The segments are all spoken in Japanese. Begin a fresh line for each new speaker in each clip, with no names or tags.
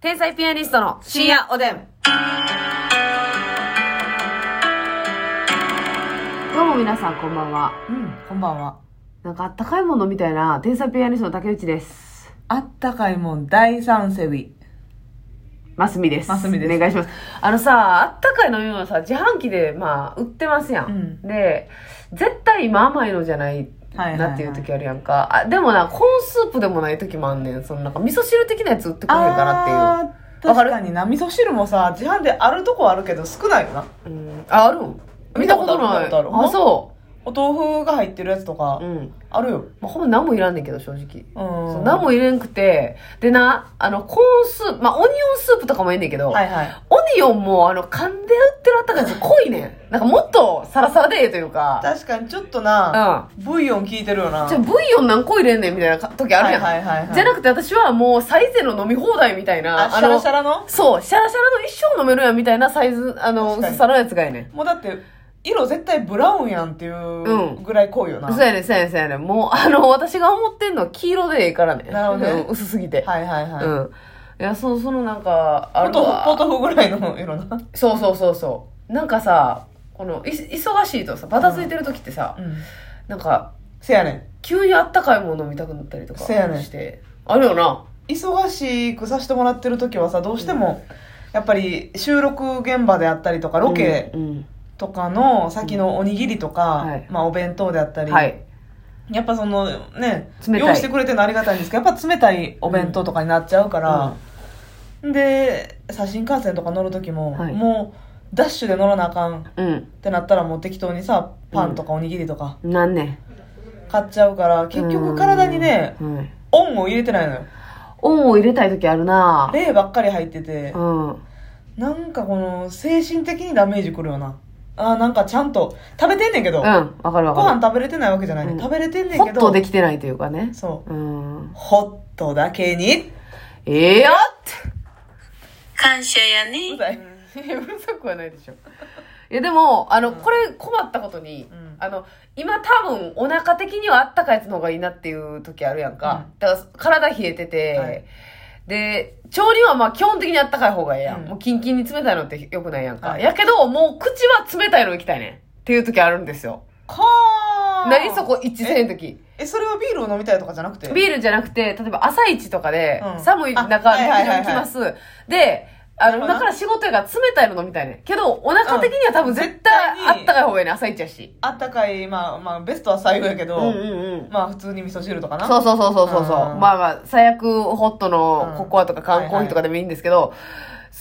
天才ピアニストの深夜おでん。どうも皆さん、こんばんは。
うん、こんばんは。
なんかあったかいものみたいな、天才ピアニストの竹内です。
あったかいもん第三セビ。
ますみです。
ますみです
お願いします。あのさ、あったかい飲み物さ、自販機で、まあ、売ってますやん。
うん
で、絶対今甘いのじゃない。
はいはいはい
なっていう時あるやんか。あ、でもな、コーンスープでもない時もあんねん。そのなんか味噌汁的なやつ売ってくれへんかなっていう。
っていう。確かにな、味噌汁もさ、自販であるとこはあるけど少ないよな。
うん、あ、あるん見
見
た
た
こ
ことと
な
あ
い。
る見たことある
あ、そ
お豆腐が入ってるやつとか
う。う、ん。
あるよ。
まあ、ほぼ何もいらんねんけど、正直。
うん。
そう何も入れんくて。でな、あの、コーンスープ、まあ、オニオンスープとかもいいねんけど、
はいはい。
オニオンも、あの、噛んで売ってるあったかいやつ濃いねん。なんかもっとサラサラでええというか、
確かにちょっと
うん。
な、
じ
ブイヨン効いてるよな。
ゃあ、ブイヨン何個入れんねんみたいな時あるやん。
はいはいはいはい。
じゃなくて私はもうサイゼの飲み放題みたいな、
あ、シャラシャラの
そう、シャラシャラの一生飲めるやんみたいなサイズ、あの、
確かに
薄さのやつがやねん。
もうだって、色絶対ブラウンやんっていうぐらい濃いよな。
そうやねんそうやねんそうやねんもう、あの、私が思ってんのは黄色でええからね。
なるほどね
うん 薄すぎて。
はいはいはい。
うん。いや、そう、そのなんか、あ
ポ
の
トフ、ポトフぐらいの色な。
そうそうそうそう。なんかさ、この、い忙しいとさ、バタついてる時ってさ、
うん。
なんか、
せやねん。
急にあったかいもの飲みたくなったりとか
そうやねん
して。あるよな。
忙しくさせてもらってる時はさどうしても、やっぱり収録現場であったりとかロケ
うん。
とかの先のおにぎりとか、
はい
まあ、お弁当であった
うん
り、
はい。
やっぱそのね
冷たい
用意してくれてるのありがたいんですけどやっぱ冷たいお弁当とかになっちゃうから、でさ新幹線とか乗る時も、
はい
もうダッシュで乗らなあかんっ
うん。
てなったらもう適当にさパンとかおにぎりとか
なんね
買っちゃうから、結局体にね、
うんはい。
オンを入れてないのよ
オンを入れたい時あるな
霊ばっかり入ってて
う、ん。
なんかこの、精神的にダメージくるよな。あーなんかちゃんと、食べてんねんけど、
うん。
ご
わかるわか
飯食べれてないわけじゃないね、
うん
食べれてんね
る。
ん
ホ
け
ッ
ど、
とできてないというかね。
そ
うん
う。。ホットだけに、
ええよって
感謝やね
う。ざ い。
いやうるさくはないでしょ。いやでも、あの、これ困ったことに、
うん
あの、今多分お腹的にはあったかいやつの方がいいなっていう時あるやんか。
う
だから体冷えてて、
はい
で、調理はまあ基本的にあったかい方がええやん。
うん
もうキンキンに冷たいのって良くないやんか。
はい
やけど、もう口は冷たいの行きたいねん。っていう時あるんですよ。
かー
何そこ一線の時。
え、それはビールを飲みたいとかじゃなくて
ビールじゃなくて、例えば朝一とかで、
うん
寒い中、
あはいはいはいはい
行きます。で、あの、
なるほどな
今から仕事やから冷たいの飲みたいねん。けど、お腹的には多分絶
うん
対
絶
あ
対に
ったかい方がいいね、朝一やし。
あったかい、まあまあ、ベストは最後やけど、
うん。
まあ普通に味噌汁とかな。
そうそうそうそうそう。う
うん
まあまあ、最悪ホットのココアとか缶コーヒーとかでもいいんですけど、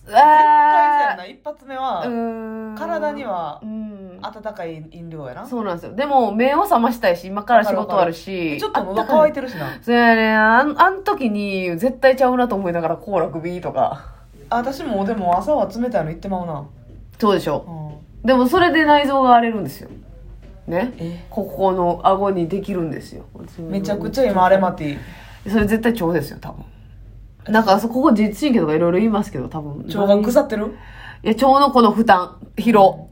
大事やん
あ
な。一発目は、
ーうーん
体には
うん
温かい飲料やな。
そうなんですよ。でも、目を覚ましたいし、今から仕事あるし、
ちょっと喉乾い
て
てるしな。
そうやねあん、あん時に絶対ちゃうなと思いながら、コーラ首とか。
あ私もでも朝は冷たいの言ってまうな。
そうでしょ。
うん、
でもそれで内臓が荒れるんですよ。ね。
え
ここの顎にできるんですよ。
めちゃくちゃ今、アレマティ。
それ絶対腸ですよ、多分。なんか、そここ自律神経とかいろいろ言いますけど、多分。
腸が腐ってる
いや、腸のこの負担、疲労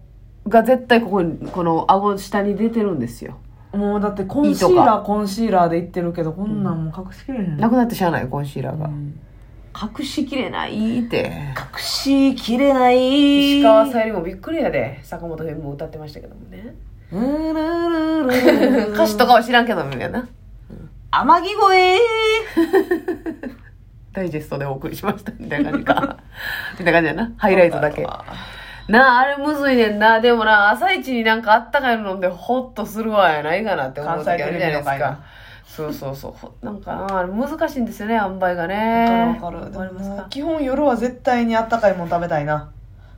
が絶対ここに、この顎の下に出てるんですよ。
もうだってコンシーラーコンシーラーでいってるけどこんなんもう隠しきれへん、
なくなってしゃあない、コンシーラーが
う。ん
隠しきれないって。
隠しきれない
石川さゆりもびっくりやで、坂本冬美も歌ってましたけどもね。
うるるるる
歌詞とかは知らんけどもやな。
天城越え
ダイジェストでお送りしましたみたいな感じ か。みたいな感じやな。ハイライトだけ。なあ、あれむずいねんな。でもな、朝一になんかあったかいの飲んでホッとするわやないかなって思う時あるじゃないです
関西テレビの会
か
な。
そうそうそうほ。なんかな、あれ難しいんですよね、塩梅が
わ
ね。
かるわ
わ
か
かります
る
か
基本夜は絶対にあったかいもん食べたいな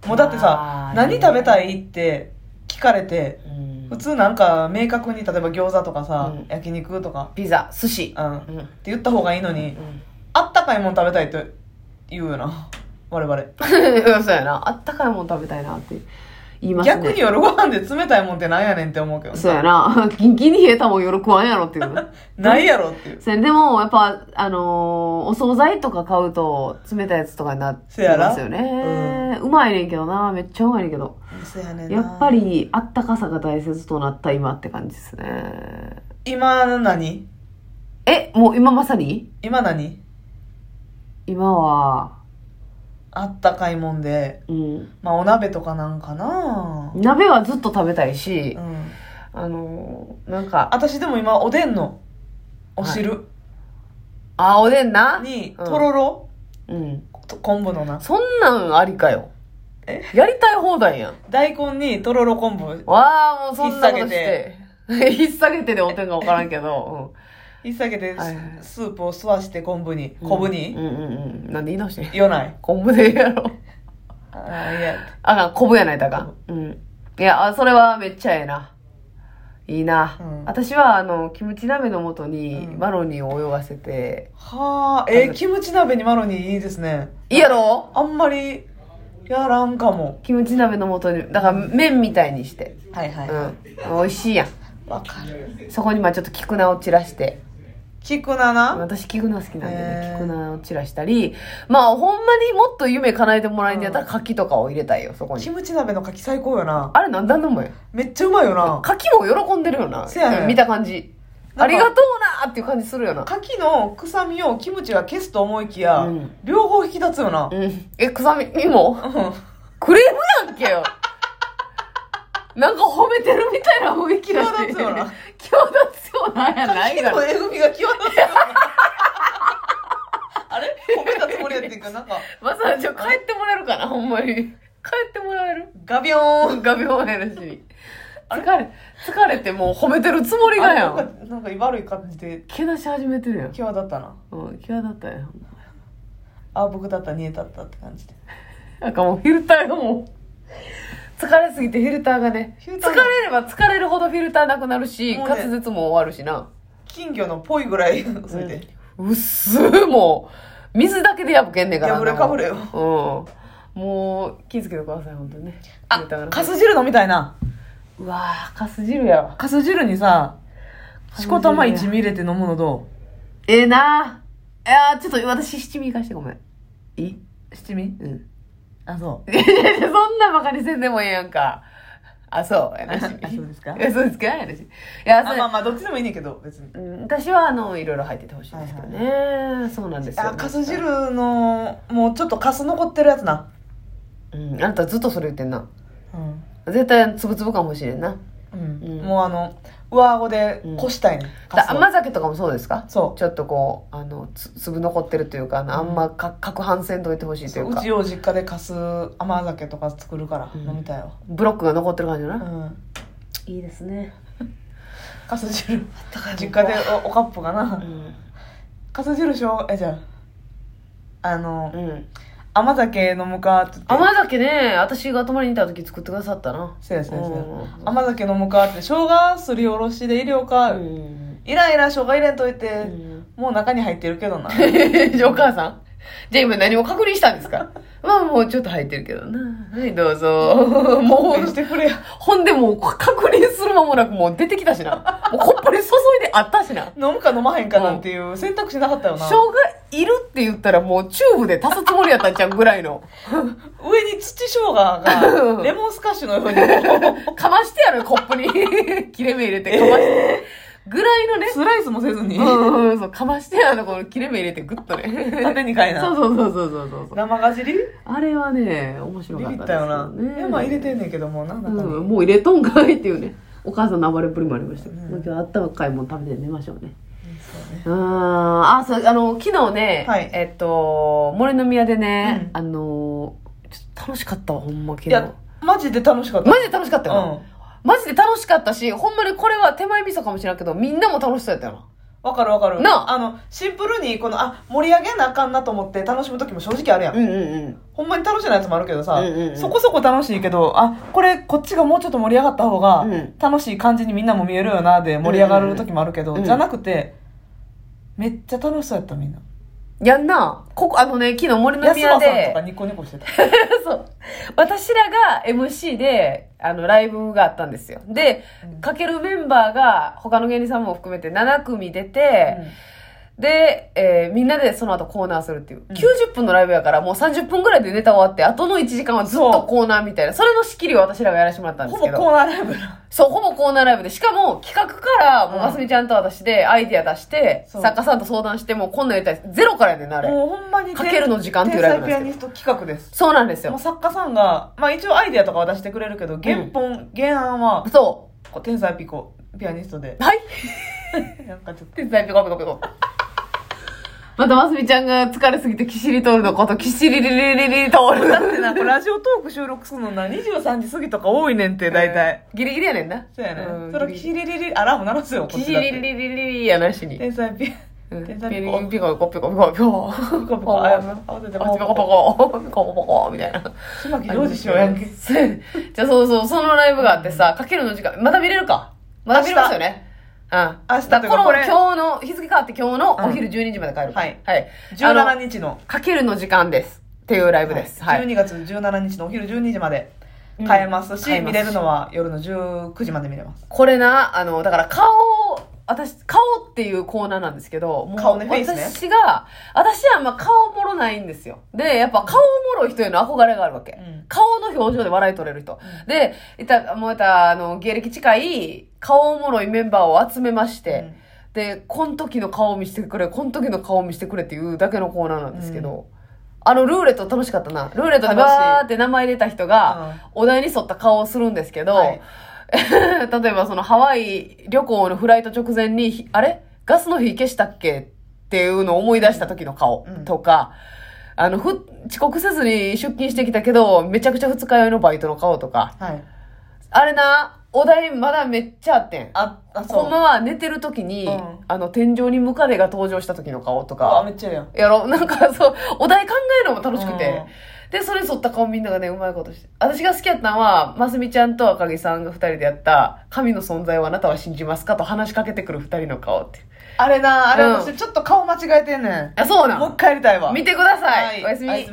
もうだってさ
あー
何食べたいって聞かれて
うん
普通なんか明確に例えば餃子とかさ、
うん
焼肉とか
ピザ、寿司。
うんっ
う
て
ん。
言った方がいいのに、あったかいもん食べたいって言うよな我々
うん、 そうやな。あったかいもん食べたいなって言いますね。
逆に夜ご飯で冷たいもんってなんやねんって思うけど
そうやな。 ギンギンに冷えたもん夜食わんやろっていう。
ないやろっていう
それでも、やっぱ、あのーお惣菜とか買うと、冷たいやつとかになってますよ
せや
ね。うまいねんけどな、めっちゃうまいねんけど。
そうやね
やっぱり、あったかさが大切となった今って感じですね。
今何
え、もう今まさに
今何
今は、
あったかいもんで、
うん、
まあお鍋とかなんかな
鍋はずっと食べたいし
う、ん。
あのーなんか
私でも今、おでんのお汁
あおでんな
に、
うん
とろろ、
うん
と昆布のな。
そんなんありかよ
え
やりたい放題やん
大根にとろろ昆布、
わあもうそんなことして
引
引っ提げてでおでんが分からんけど、
引っ提げて
はいはい
ススープを吸わして昆布に、
うん、
昆布
うん
に、
うんうんなんで言い直してん
言わない。
昆布でええやろ
ああ、いや。
あかん昆布やないとあかんうんいやあそれはめっちゃええないいな、
うん
私はあのキムチ鍋の素に
うん
マロニーを泳がせて、
はあ、えーキムチ鍋にマロニーいいですね。
いいやろ
あんまり、やらんかも。
キムチ鍋の素にだから麺みたいにして
はいは
うん美味しいやん
わ、かる。
そこにまあちょっと菊菜を散らして
聞くなな。
私菊菜好きなんでね
へー
菊菜を散らしたりまあほんまにもっと夢叶えてもらえんのやったら牡蠣とかを入れたいよそこに
キムチ鍋の牡蠣最高よな。
あれ何段でもや
めっちゃうまいよな。
牡蠣も喜んでるよな
せやねん
見た感じ
な
あ
んか
りがとうなっていう感じするよな
牡蠣の臭みをキムチが消すと思いきや、
うん
両方引き立つよな
う。んえ臭みにも
うん
クレームやんけ よなんか褒めてるみたいな雰囲気だし
際立つよな
際立つよなやない
牡
がら
蠣のえぐみが際立つよな。あれ褒めたつもりやってんか、なんか、
まさちょ帰ってもらえるかなほんまに帰ってもらえる
ガビョーン。
ガビホやるし疲れ疲れてもう褒めてるつもりがや
あなんんか、なんか悪い感じで
けなし始めてるやん
際立ったな。
うん際立ったやん
あ、僕だった、煮えたったって感じで。
なんかもうフィルターがもう疲れすぎてフィルターがね
フィルタ
疲
ーが
れれば疲れるほどフィルターなくなるし、
もうね
滑舌も終わるしな
金魚のぽいぐらい、それで。
うっすーもう水だけで破けんねんから
破れかぶれよ
うんもう気づけてください本当にねフィルターがな
カス汁飲みたいな。
うわーかす汁やわ
カス汁にさ、しこたま一味入れて飲むのど
ええないやーちょっと私七味返してごめん いいう
七味
うん
あ、そう。
いやいやいやそんなバカにせんでもええやんかあそうやなし
あそうですか
えそうですかやなしいやそ
あ
う
まあまあ、どっちでもいいねんけど、別に。
うん私はあのいろいろ入っててほしいですけどね、そうなんですよ、
あ、カス汁の、もうちょっとカス残ってるやつな。
うんあんたずっとそれ言ってんな
うん。
絶対つぶつぶかもしれんなうん
もうあの、上顎でこしたいね。カ
だ
スを
甘酒とかもそうですか
そう
ちょっとこうあのつ粒残ってるというかあのあんまか攪拌せんといてほしいという
う
か
ちよう実家でカス甘酒とか作るから
うん
飲みたいわ。
ブロックが残ってる感じだ
う
な、
ん。
いいですね、
カス汁。実家でおおカップが
う
な。
ん
カス汁しよう。え、じゃあ。あの
う、ん、
甘酒飲むかって言って。
甘酒ね私が泊まりに行った時作ってくださったな
そうやそうやそうや
うん
甘酒飲むかって。生姜すりおろしで入れようか。
うん
イライラ生姜入れんといて。
うん
もう中に入ってるけどな。
じゃあ お母さんじゃあ今何も確認したんですかまあもうちょっと入ってるけどな。はい、どうぞ。も
勘弁し
う、
てくれよ。
ほんでもう確認する間もなくもう出てきたし な。もうコップに注いであったしな。
飲むか飲まへんかなんていう選択肢なかったよな
生。姜いるって言ったらもうチューブで足すつもりやったんちゃうぐらいの。
上に土生姜が、レモンスカッシュのように、
かましてやるコップ に。切れ目入れてかまして。ぐらいのね。
スライスもせずに
う、んうんうん、そう、かましてやるのこの切れ目入れてグッとね。
縦にかい
そう
な。
そうそうそうそうそう。
生がじり
あれはね、面白
ビ
かった
ビ
ですけ
ったよ
ど
な
ね。。
え、まあ入れてんねんけども、なんだか
うん、
ね。
もう入れとんかいっていうね。お母さんの暴れっぷりもありましたけど、
うん
もう今日あったかいもん食べて寝ましょうね。
そうね
うーん。あ、そう、あの、昨日ね、
はい
えっと、森の宮でね、
うん
あの、ちょっと楽しかったわ、ほんま昨
い
日。
や、マジで楽しかった。
マジで楽しかったよな、
うん。
マジで楽しかったし、ほんまにこれは手前味噌かもしれんけど、みんなも楽しそうやったよな。
わかるわかる。
なあ
あの、シンプルに、この、あ、盛り上げなあかんなと思って楽しむ時も正直あるやん。
うんうんうん。
ほんまに楽しいやつもあるけどさ、
うんうんうん
そこそこ楽しいけど、あ、これこっちがもうちょっと盛り上がった方が
うん、
楽しい感じにみんなも見えるよな、で盛り上がる時もあるけど、
うん
じゃなくて、めっちゃ楽しそうやったみんな。
やんな。ここ、あのね、昨日森の
安
宮
間
で。
さんとかニコニコしてた。
そう。私らが MC で、あの、ライブがあったんですよ。で、
うん
かけるメンバーが、他の芸人さんも含めて7組出て、で、えーみんなでその後コーナーするっていう。90分のライブやから、もう30分ぐらいでネタ終わって、あとの1時間はずっ
そ
と
う
コーナーみたいな。それの仕切りを私らがやらせてもらったんで
ほ
す
ぼ
けど。
コーナーライブな
そう、ほぼコーナーライブで。しかも、企画から、もう、
うん
ますみちゃんと私で、アイディア出して、
そう
作家さんと相談して、もうこんなんやりたいです。ゼロからやねんな、あれ。
もうほんまに
かけるの時間っていうライブなん
天
ですけど
才ピアニスト企画です
そうなんです
もう
よ。
作家さんが、まあ、一応アイデアとかは出してくれるけど原本、原案は
そ
こう天才ピコピアニストで
う。はい。
なんかちょっと
手伝いピコピコピコ。また、ますみちゃんが疲れすぎて、キシリトールのこと、キシリリリリリトール。
だってなこれラジオトーク収録するのな23時過ぎとか多いねんって大体、。
ギリギリやねんな。
そうやね、
ん
それを
ギ
キ
リギ
シリリリアラーム鳴らすよこ
リ
っ
キシ
ちだっ
リ
て
リリリリやなしに。
天才ピ
う
ア
んピ
天
コ
才
ピ
ピコ
コピコピコピコピコ。
ピコピコあや合わせて
ピ
パ
コピ
コ
コ
ピコ
ピコピコピコみたいな。
島木ジョージしようやんけ
そうやねじゃあそうそう、そのライブがあってさ、かけるの時間、まだ見れるか。まだ見れますよね。うん。
明日
だからこの
これ
今日の、日付変わって今日の
うん
お昼12時まで帰るから。
はい
はい。あの
17日の
かけるの時間です。っていうライブです。はい。
12月17日のお昼12時まで
うん
買えますし、
買えます
見れるのは夜の19時まで見れます
これな、あの、だから顔を、私、顔っていうコーナーなんですけど、もう
顔ねフェイスね
私が、私はあんま顔おもろないんですよ。で、やっぱ顔おもろい人への憧れがあるわけ。
うん
顔の表情で笑い取れる人。で、いた、もういた、あの、芸歴近い、顔おもろいメンバーを集めまして、で、この時の顔を見せてくれ、この時の顔を見せてくれっていうだけのコーナーなんですけど、あの、ルーレット楽しかったな。ルーレットでバーって名前入れた人が、お題に沿った顔をするんですけど、
はい
例えばそのハワイ旅行のフライト直前にひ、あれガスの火消したっけっていうのを思い出した時の顔
うん
とか、あの、ふ、遅刻せずに出勤してきたけど、めちゃくちゃ二日酔いのバイトの顔とか、
はい
あれな、お題まだめっちゃあってん。
ああそう
ほんまは寝てる時に、
うん
あの、天井にムカデが登場した時の顔と
あ
か
め、っちゃええやん
やろなんかそう、お題考えるのも楽しくて。で、それに沿った顔みんながね、うまいことして。私が好きやったのは、ますみちゃんと赤木さんが二人でやった、神の存在をあなたは信じますかと話しかけてくる二人の顔って。
あれなあれ
うん
私ちょっと顔間違えてんねん
あ、そうな
もう一
ん
回やりたいわ
見てください。
はい
おやすみ。
おやすみ